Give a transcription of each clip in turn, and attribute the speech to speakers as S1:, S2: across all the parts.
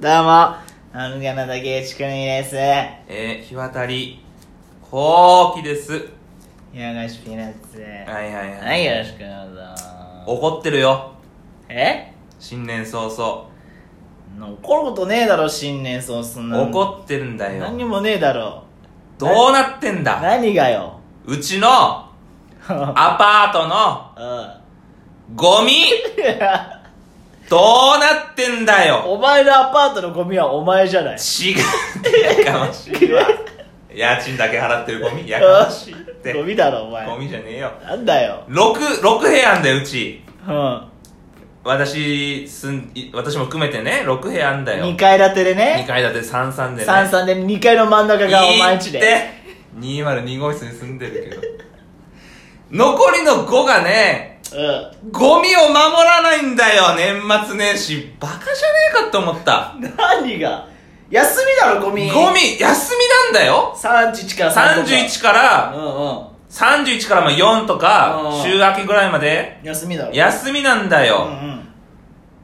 S1: どうも、あのがなたけちくみです。
S2: えー、日渡り、こうきです。
S1: 岩菓子ピーナッツ。
S2: はいはいはい。
S1: はい、よろしくどうぞ。
S2: 怒ってるよ。
S1: え
S2: 新年早々。
S1: 怒ることねえだろ、新年早々な
S2: 怒ってるんだ
S1: 何
S2: よ。
S1: にもねえだろ。
S2: どうなってんだ
S1: 何がよ。
S2: うちのア
S1: あ、
S2: パートのゴミ、どうなってんだ よ。
S1: お前のアパートのゴミはお前じゃない。
S2: 違う。やかまし いわ。家賃だけ払ってるゴミ、やかましいっ て。
S1: ゴミだろ、お
S2: ゴ
S1: 前。
S2: ミじゃねえよ。
S1: なんだよ。
S2: 6、6部屋あんだよ、うち。
S1: うん。
S2: 私、すん、い私も含めてね、6部屋あんだよ。
S1: 二階建てで
S2: 2
S1: ね。
S2: 階建て33でね
S1: 三三で二階の真ん中がお前んち
S2: いいって
S1: で。
S2: 202号室に住んでるけど残りの5がね
S1: う
S2: ゴミを守らないんだよ年末年始バカじゃねえかって思った
S1: ん。何が休みだろ、ゴミ。
S2: ゴ。ミ休みなんだよ
S1: 31から3とか
S2: 31から
S1: うんうん
S2: 31からまあ4と
S1: う
S2: か
S1: ん
S2: 週明けぐらいまで
S1: 休みだろ
S2: 休みなんだ
S1: う
S2: よ、
S1: んうん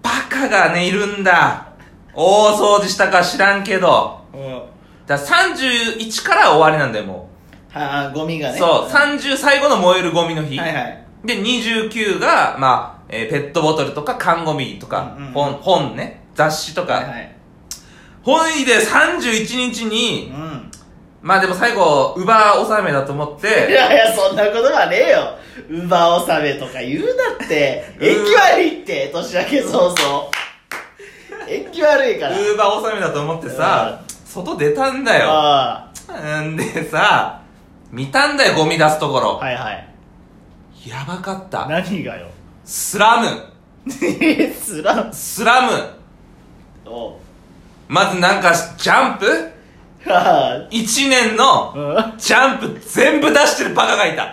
S2: バカがねいるんだ大掃除したか知らんけど
S1: うんは
S2: だから31から終わりなんだよも
S1: あゴミ
S2: う、
S1: がね
S2: そう
S1: は
S2: 30最後の燃えるゴミの日、
S1: いはい
S2: で、29が、まあ、えーペットボトルとか缶ゴミとか、
S1: うんうん
S2: 本、本ね、雑誌とか、
S1: はいはい
S2: 本意で31日
S1: う
S2: に、
S1: ん
S2: まあでも最後、乳母納めだと思っ
S1: い
S2: て、
S1: やいやそんなことはねえよウバ納めとか言うなって
S2: うん
S1: 縁起悪いって年明け早々縁起悪いから
S2: 乳母納めだと思ってさ、外出たんだよ。
S1: あ
S2: んでさ、見たんだよ、ゴミ出すとこ
S1: あ
S2: ろ。
S1: はいはい
S2: やばかった。
S1: 何がよ
S2: スラム。
S1: スラン
S2: スラム。
S1: おう
S2: まずなんか、ジャンプ
S1: は
S2: ?1 年の、
S1: あうん
S2: ジャンプ全部出してるバカがいた。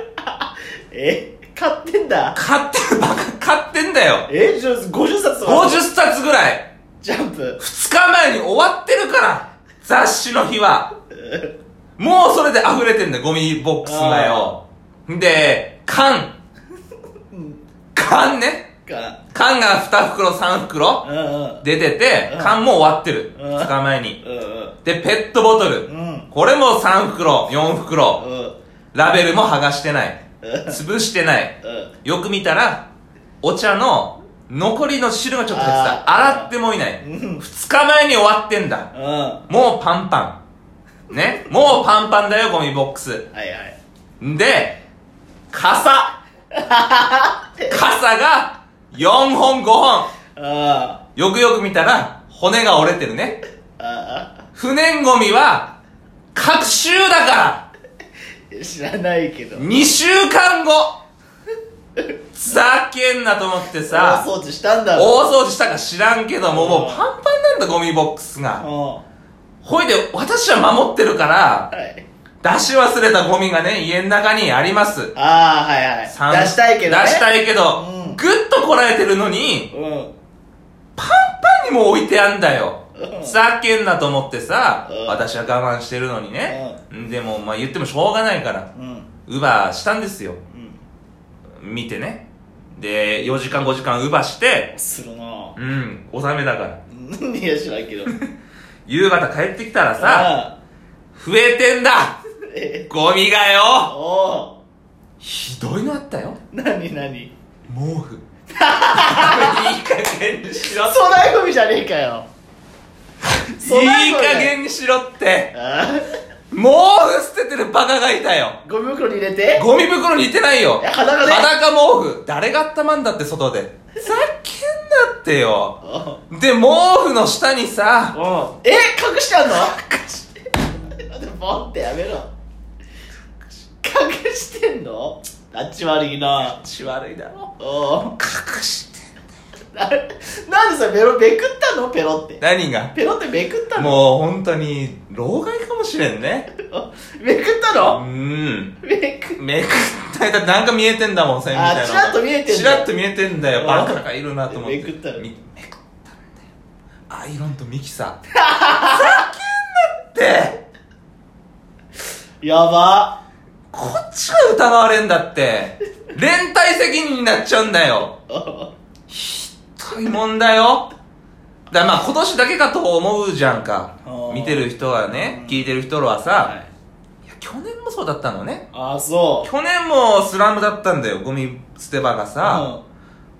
S1: え買ってんだ
S2: 買ってるバカ、買ってんだよ。
S1: えじゃあ50冊は
S2: 50冊ぐらい
S1: ジャンプ
S2: 2日前に終わってるから雑誌の日はもうそれで溢れてんだよゴミボックスがよで缶
S1: うん
S2: 缶ね
S1: か
S2: 缶が2袋3袋
S1: うんうん
S2: 出てて
S1: うん
S2: 缶も終わってる
S1: うん
S2: 2日前に
S1: うんうん
S2: でペットボト
S1: う
S2: ル
S1: ん
S2: これも3袋4
S1: う
S2: 袋
S1: ん
S2: ラベルも剥がしてない
S1: うん
S2: 潰してない
S1: うん
S2: よく見たらお茶の残りの汁がちょっと入ってた
S1: あー
S2: 洗ってもいない
S1: うん
S2: 2日前に終わってんだ
S1: うんは
S2: もうパンパン。ね。もうパンパンだよ、ゴミボックス。
S1: いはい
S2: んで、傘。傘が4本5本。
S1: あ
S2: よくよく見たら、骨が折れてるね。
S1: ああ
S2: 不燃ゴミは、各週だから
S1: あ知らないけど
S2: !2 週間後ふざけんなと思って
S1: 大
S2: さ、
S1: 掃除したんだ
S2: 大
S1: ろ
S2: 掃除したか知らんけども、もうパンパンなんだ、ゴミボックス
S1: うん
S2: が。
S1: は
S2: ほいで、私は守ってるから、
S1: い
S2: 出し忘れたゴミがね、家の中にあります。
S1: ああはいはい出したいけどね
S2: 出したいけど、
S1: うん
S2: ぐっとこらえてるのに、
S1: うんうん
S2: パンパンにも置いてあんだよ。
S1: うん
S2: ふざけんなと思ってさ、
S1: うん
S2: 私は我慢してるのにね。でも、まあ言ってもしょうがないから、
S1: うん
S2: ウバーしたんですよ。
S1: うん
S2: 見てね。で、4時間5時間ウバーして、
S1: するな
S2: うん、納めだから。
S1: うんいや知らんけど
S2: 夕方帰ってきたらさ、
S1: ああ
S2: 増えてんだ
S1: え
S2: ゴミがよ
S1: おお
S2: ひどいのあったよ。
S1: 何何
S2: 毛布。いい加減にしろ。
S1: 粗大ゴミじゃねえかよ粗
S2: い
S1: 大
S2: い
S1: ゴミ
S2: 加減にしろって。
S1: あ
S2: 毛布捨ててるバカがいたよ
S1: あゴミ袋に入れて
S2: ゴミ袋にいてないよ
S1: いや裸で
S2: 裸毛布誰が温まんだって外でふざけんなってよ
S1: おう
S2: で毛布の下にさ
S1: うんえ隠してあんの隠してボンってやめろ隠してんのあっち悪いな
S2: 血悪いだろ
S1: おう
S2: 隠して
S1: ななんでそれペロめくったのペロって
S2: 何が
S1: ペロってめくったの
S2: もう本当に老害かもしれんね
S1: めくった
S2: う
S1: の
S2: ん
S1: めく
S2: めくっただってなんか見えてんだもん線みたいなの
S1: あちらっと見えてんだ
S2: ちらっと見えてんだよ
S1: あ
S2: バカがいるなと思って
S1: めくったの
S2: みめくったんだよアイロンとミキサーふざけんなって
S1: やば
S2: こっちが疑われんだって。連帯責任になっちゃうんだよ。
S1: おう
S2: ひどいもんだよ。だからまあ今年だけかと思うじゃんか
S1: あー
S2: 見てる人はね
S1: うん
S2: 聞いてる人はさ、、
S1: はいい
S2: や去年もそうだったのね
S1: ああそ
S2: 去年もスラムだったんだよゴミ捨て場が
S1: う
S2: さ、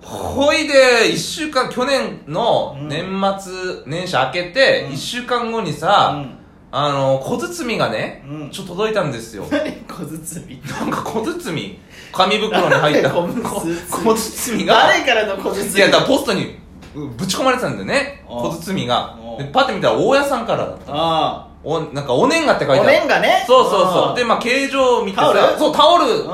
S2: ほいで1週間去年の年末、年始明けて
S1: うん
S2: 1週間後
S1: う
S2: にさ、
S1: ん
S2: あの小包がね、
S1: うん
S2: ちょっと届いたんですよ
S1: 何小包
S2: なんか小包紙袋に入った
S1: 小
S2: 小
S1: 包
S2: 小包が
S1: 誰からの小包
S2: いやだからポストにうぶち込まれてたんだよね
S1: ああ
S2: 小包が
S1: ああ
S2: でパッて見たら大家さんからだった
S1: あ
S2: おなんかお年賀って書
S1: あ
S2: いて
S1: お
S2: ある
S1: 面がね
S2: そうそうそううんでまあ形状を見て
S1: タオ
S2: さ
S1: ル
S2: そうタオル
S1: う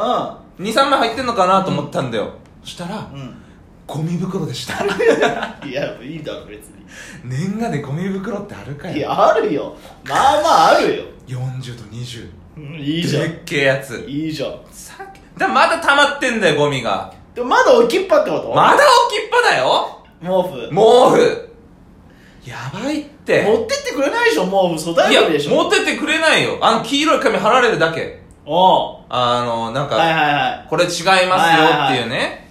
S2: 23枚入ってんのかなと思ったんだよそしたら
S1: ん
S2: ゴミ袋でした
S1: うんいやいいだろ別に
S2: 年賀でゴミ袋ってあるか
S1: い
S2: よ
S1: やあるよまあまああるよ
S2: 40と20
S1: うんい
S2: い
S1: いじゃ
S2: で
S1: ん
S2: っけえやつ
S1: いいじゃん
S2: さっきだまだ溜まってんだよゴミが
S1: でもまだ置きっぱってこと
S2: まだ置きっぱだよ
S1: 毛布
S2: 毛布やばいって
S1: 持ってってくれないでしょ毛布そう大
S2: い
S1: 丈
S2: や
S1: 夫でしょ
S2: 持ってってくれないよあの黄色い紙貼られるだけ
S1: おう
S2: あのなんか、
S1: はいはいは
S2: これ違いますよっていうね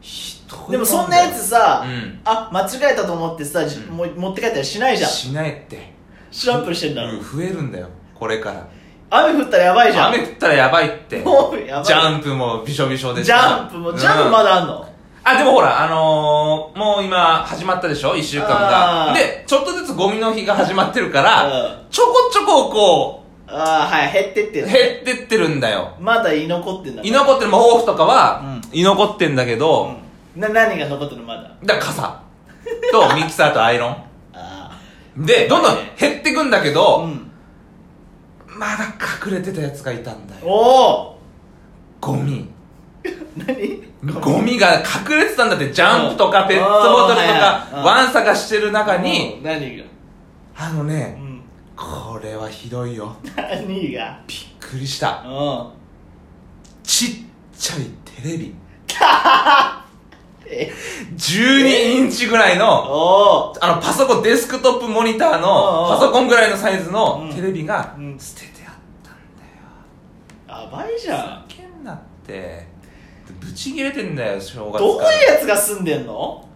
S2: ひどいも
S1: い
S2: ん
S1: でもそんなやつさ、
S2: うん
S1: あ間違えたと思ってさ、じ
S2: うん
S1: も持って帰ったりしないじゃん
S2: しないって
S1: シュランプしてんだろ、
S2: うん増えるんだよこれから
S1: 雨降ったらやばいじゃん
S2: 雨降ったらやばいって
S1: 毛布やばい
S2: ジャンプもびしょびしょで
S1: ジャンプもジャンプま
S2: だ、
S1: だあんの、
S2: あでもほらあのー、もう今始まったでしょ1週間
S1: あ
S2: が
S1: ー
S2: でちょっとずつゴミの日が始まってるから、
S1: う
S2: ちょこちょここ
S1: ああはい減ってって
S2: う
S1: る
S2: 減ってってるんだよ
S1: まだ居残ってんだ
S2: 居残ってる毛布とかは、居残ってんだけど、
S1: うんな何が残ってるのまだ
S2: だから傘とミキサーとアイロ
S1: あ
S2: ンでどんどん減ってくんだ
S1: あ
S2: けど、
S1: うん
S2: まだ隠れてたやつがいたんだよ
S1: おお
S2: ゴミ
S1: 何
S2: ゴミが隠れてたんだってジャンプとかペットボトルと
S1: あーはいは
S2: か
S1: い
S2: ワンサがしてる中に
S1: うん何が
S2: あの
S1: う
S2: ね
S1: ん
S2: これはひどいよびっ
S1: 何が
S2: くりした
S1: うん
S2: ちっちゃいテ レビ
S1: え
S2: 12インチぐらいの
S1: おお
S2: あのパソコンデスクトップモニターの
S1: あー
S2: パソコンぐらいのサイズ
S1: う
S2: の
S1: ん
S2: テレビが
S1: うん
S2: 捨ててあったんだよ
S1: やばいじゃん
S2: けんなってブチ切れてんだよ正月
S1: どう
S2: から
S1: いうやつが住んでんの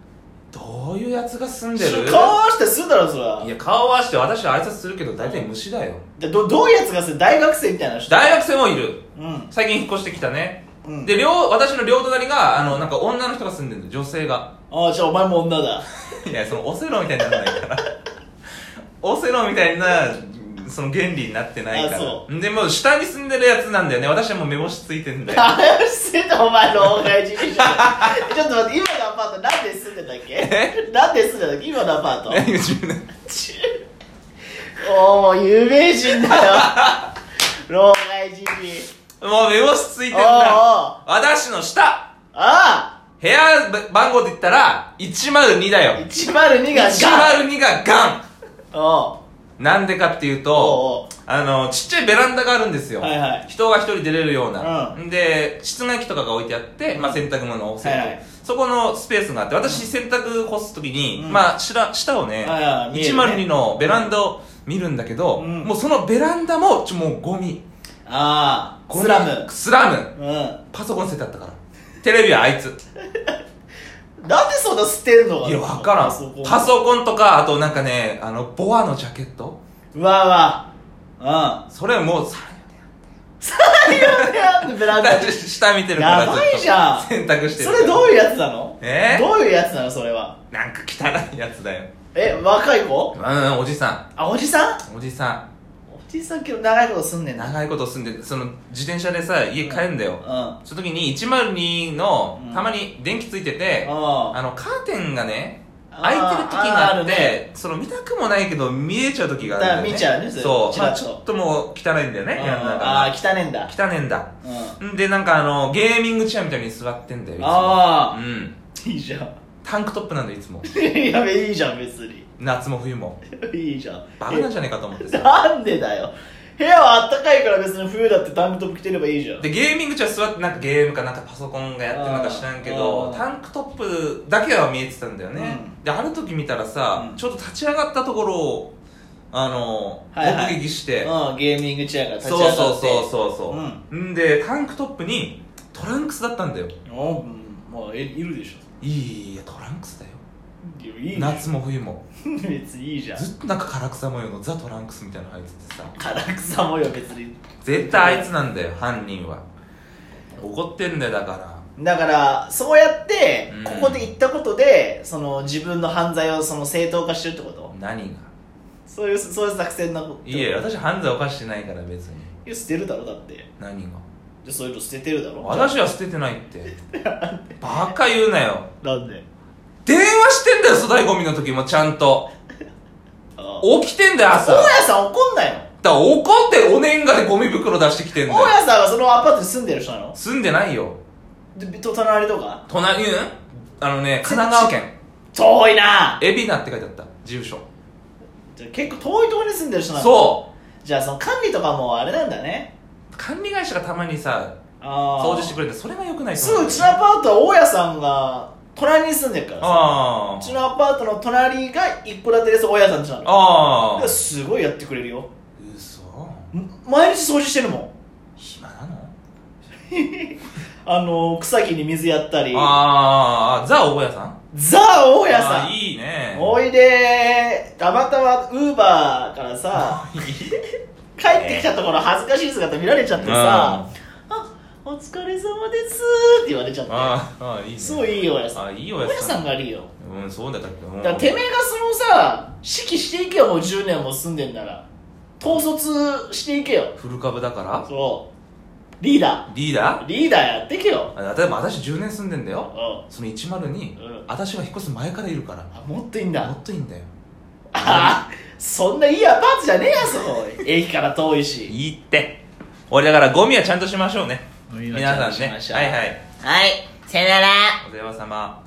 S2: どういうやつが住んでる
S1: 顔合わせてすんだろそれはい
S2: や顔はして私は挨拶するけど大体虫だよ
S1: でどどういうやつが住んで大学生みたいな人
S2: 大学生もいる
S1: うん
S2: 最近引っ越してきたね、
S1: うん
S2: で両私の両隣があのなんか女の人が住んでるの女性が
S1: ああじゃあお前も女だ
S2: いやそのオセロみたいにならないからオセロみたいなその原理になってないか
S1: あそ
S2: らでもう下に住んでるやつなんだよね私はもう目星ついてんだよ
S1: あれしてたお前の恩返しに しろちょっと待って今のアパートなんで住んでたっけなんで住んでたっけ今のアパート
S2: 何が自分で
S1: おお有名人だよ 老害じじい
S2: もう目星ついてんだ
S1: お
S2: 私の下
S1: あ
S2: 部屋番号で言ったら、102だ
S1: あ
S2: よ。
S1: 102がガン
S2: 102がガ
S1: おう
S2: ンなんでかっていう
S1: お
S2: と、
S1: うおう
S2: あの、ちっちゃいベランダがあるんですよ。
S1: はいはい
S2: 人が一人出れるような。、
S1: うん
S2: で、室外機とかが置いてあって、まあ、洗濯物を干せる、
S1: はいはい
S2: そこのスペースがあって、私洗濯干すときに、
S1: うん
S2: まあ、しら下をね、
S1: はいはい見えるね
S2: 102のベランダを見るんだけ
S1: う
S2: ど、
S1: ん
S2: もうそのベランダも、ちょ、もうゴミ。
S1: ああ
S2: ゴミ
S1: スラム
S2: スラム。
S1: う
S2: パソコン捨ててあったから。テレビはあいつ。
S1: んなんでそんな捨てんの
S2: いや、わからん。パ
S1: パ
S2: ソ
S1: ソ
S2: コ
S1: コ
S2: ン
S1: ン
S2: とか、あとなんかね、あの、ボアのジャケット
S1: うわうわ
S2: それもう、さ
S1: うんベランダに
S2: 下見てるから
S1: やばいじゃん
S2: 洗濯してる
S1: それどう
S2: う
S1: いうやつなの
S2: え
S1: どういうやつなのそれは
S2: なんか汚いやつだよ。
S1: え若い子
S2: うんうん、おじさ
S1: あおじさん
S2: ん。おじさ
S1: おじさんけど長いことすんね
S2: ん。
S1: んな
S2: 長いこと住んで、その、自転車でさ、家帰るんだよ。
S1: うん
S2: その時に、102の
S1: うん、
S2: たまに電気ついてて、
S1: あ
S2: あの、カーテンがね、
S1: あ
S2: 開いてる時があって
S1: あーある
S2: その見たくもないけど見えちゃう時があるんだよ、
S1: だ
S2: ね、
S1: から見ちゃうねそれ
S2: そう
S1: ち
S2: ま
S1: ら
S2: あ
S1: っと
S2: ちょっともう汚いんだよね部屋の中が
S1: ああー汚ねんだ
S2: 汚ねえんだ
S1: うん
S2: んでなんかあのゲーミングチェアみたいに座ってんだよいつも
S1: あ
S2: うん
S1: あいいじゃん
S2: タンクトップなんだよいつも
S1: いやべいいじゃん別に
S2: 夏も冬も
S1: いいじゃん
S2: バカなんじゃねえかと思って
S1: え
S2: さ
S1: なんでだよ部屋はあったかいから別に冬だってタンクトップ着てればいいじゃん
S2: でゲーミングチェア座ってなんかゲームかなんかパソコンがやってるのか知らんけど
S1: あー
S2: タンクトップだけは見えてたんだよね、
S1: う
S2: である時見たらさ、
S1: うん
S2: ちょっと立ち上がったところをあの、
S1: はいはい
S2: 目撃して、
S1: うんゲーミングチェアが立ち
S2: そ
S1: 上
S2: う
S1: が
S2: そ
S1: っ
S2: う
S1: て
S2: そうそうそ
S1: うん
S2: う、ん、でタンクトップにトランクスだったんだよ
S1: おうんまあえいるでしょ
S2: いいやトランクスだよ
S1: いやいい
S2: 夏も冬も
S1: ね 別にいいじゃん
S2: ずっとなんか唐草模様のザ・トランクスみたいなの入っててさ
S1: 唐草模様別に
S2: 絶対あいつなんだよ犯人は怒ってんだよだか
S1: だからそうやって
S2: うん
S1: ここで言ったことで、その自分の犯罪をその正当化してるってこと
S2: ら何が
S1: そういうそういう作戦なこと
S2: いえ私犯罪犯してないから別に
S1: いや捨てるだろだって
S2: 何が
S1: でそういうの捨ててるだろ
S2: 私は捨ててないってバカ言うなよ
S1: なんで
S2: 電話してんだよ粗大ゴミの時もちゃんと
S1: あ
S2: 起きてんだよ
S1: あ
S2: 朝
S1: 大家さん怒んなよ
S2: だから怒ってお年賀でゴミ袋出してきてんだよ
S1: 大家さんはそのアパートに住んでる人なの
S2: 住んでないよ
S1: で隣とか
S2: 隣うんあのね神奈川県
S1: 遠いな
S2: 海老名って書いてあった住所
S1: じゃあ結構遠いところに住んでる人なの
S2: そう
S1: じゃあその管理とかもあれなんだね
S2: う管理会社がたまにさ
S1: ああ
S2: 掃除してくれてそれがよくないと
S1: すぐ
S2: 思う
S1: うちのアパートは大家さんが隣に住んでるからさ
S2: あ
S1: うち
S2: ー
S1: のアパートの隣が一戸建てです大家さんちなの
S2: あ
S1: いやすごいやってくれるよ
S2: ー嘘
S1: ん毎日掃除してるもん
S2: 暇なの
S1: あの草木に水やったり
S2: ああザ大家さん
S1: ザ大家さ
S2: あー
S1: ん
S2: いいね
S1: おいでたまたまウーバーからさ帰ってきたところ恥ずかしい姿見られちゃってさ「あお疲れ様です」って言われちゃって
S2: あーあーいいね
S1: すごいいい大家さん
S2: あいい
S1: 大
S2: 大
S1: 家
S2: 家
S1: さ
S2: さ
S1: ん
S2: ん
S1: がいいよ
S2: うんそうだったっけうん
S1: だからてめえがそのさ指揮していけよもう10年も住んでんなら統率していけよ
S2: 古株だから
S1: そうリーダ
S2: リーダー
S1: ーリーダーやってけよ
S2: あ例えば私10年住んでんだ
S1: う
S2: よ
S1: ん
S2: その10に、
S1: うん
S2: 私は引っ越す前からいるから
S1: あもっといいんだ
S2: もっといいんだよ
S1: ああそんないいアパートじゃねえやそこ駅から遠いし
S2: いいって俺だからゴミはちゃんとしましょうね皆さんねはいはい
S1: はいさよなら
S2: お世話様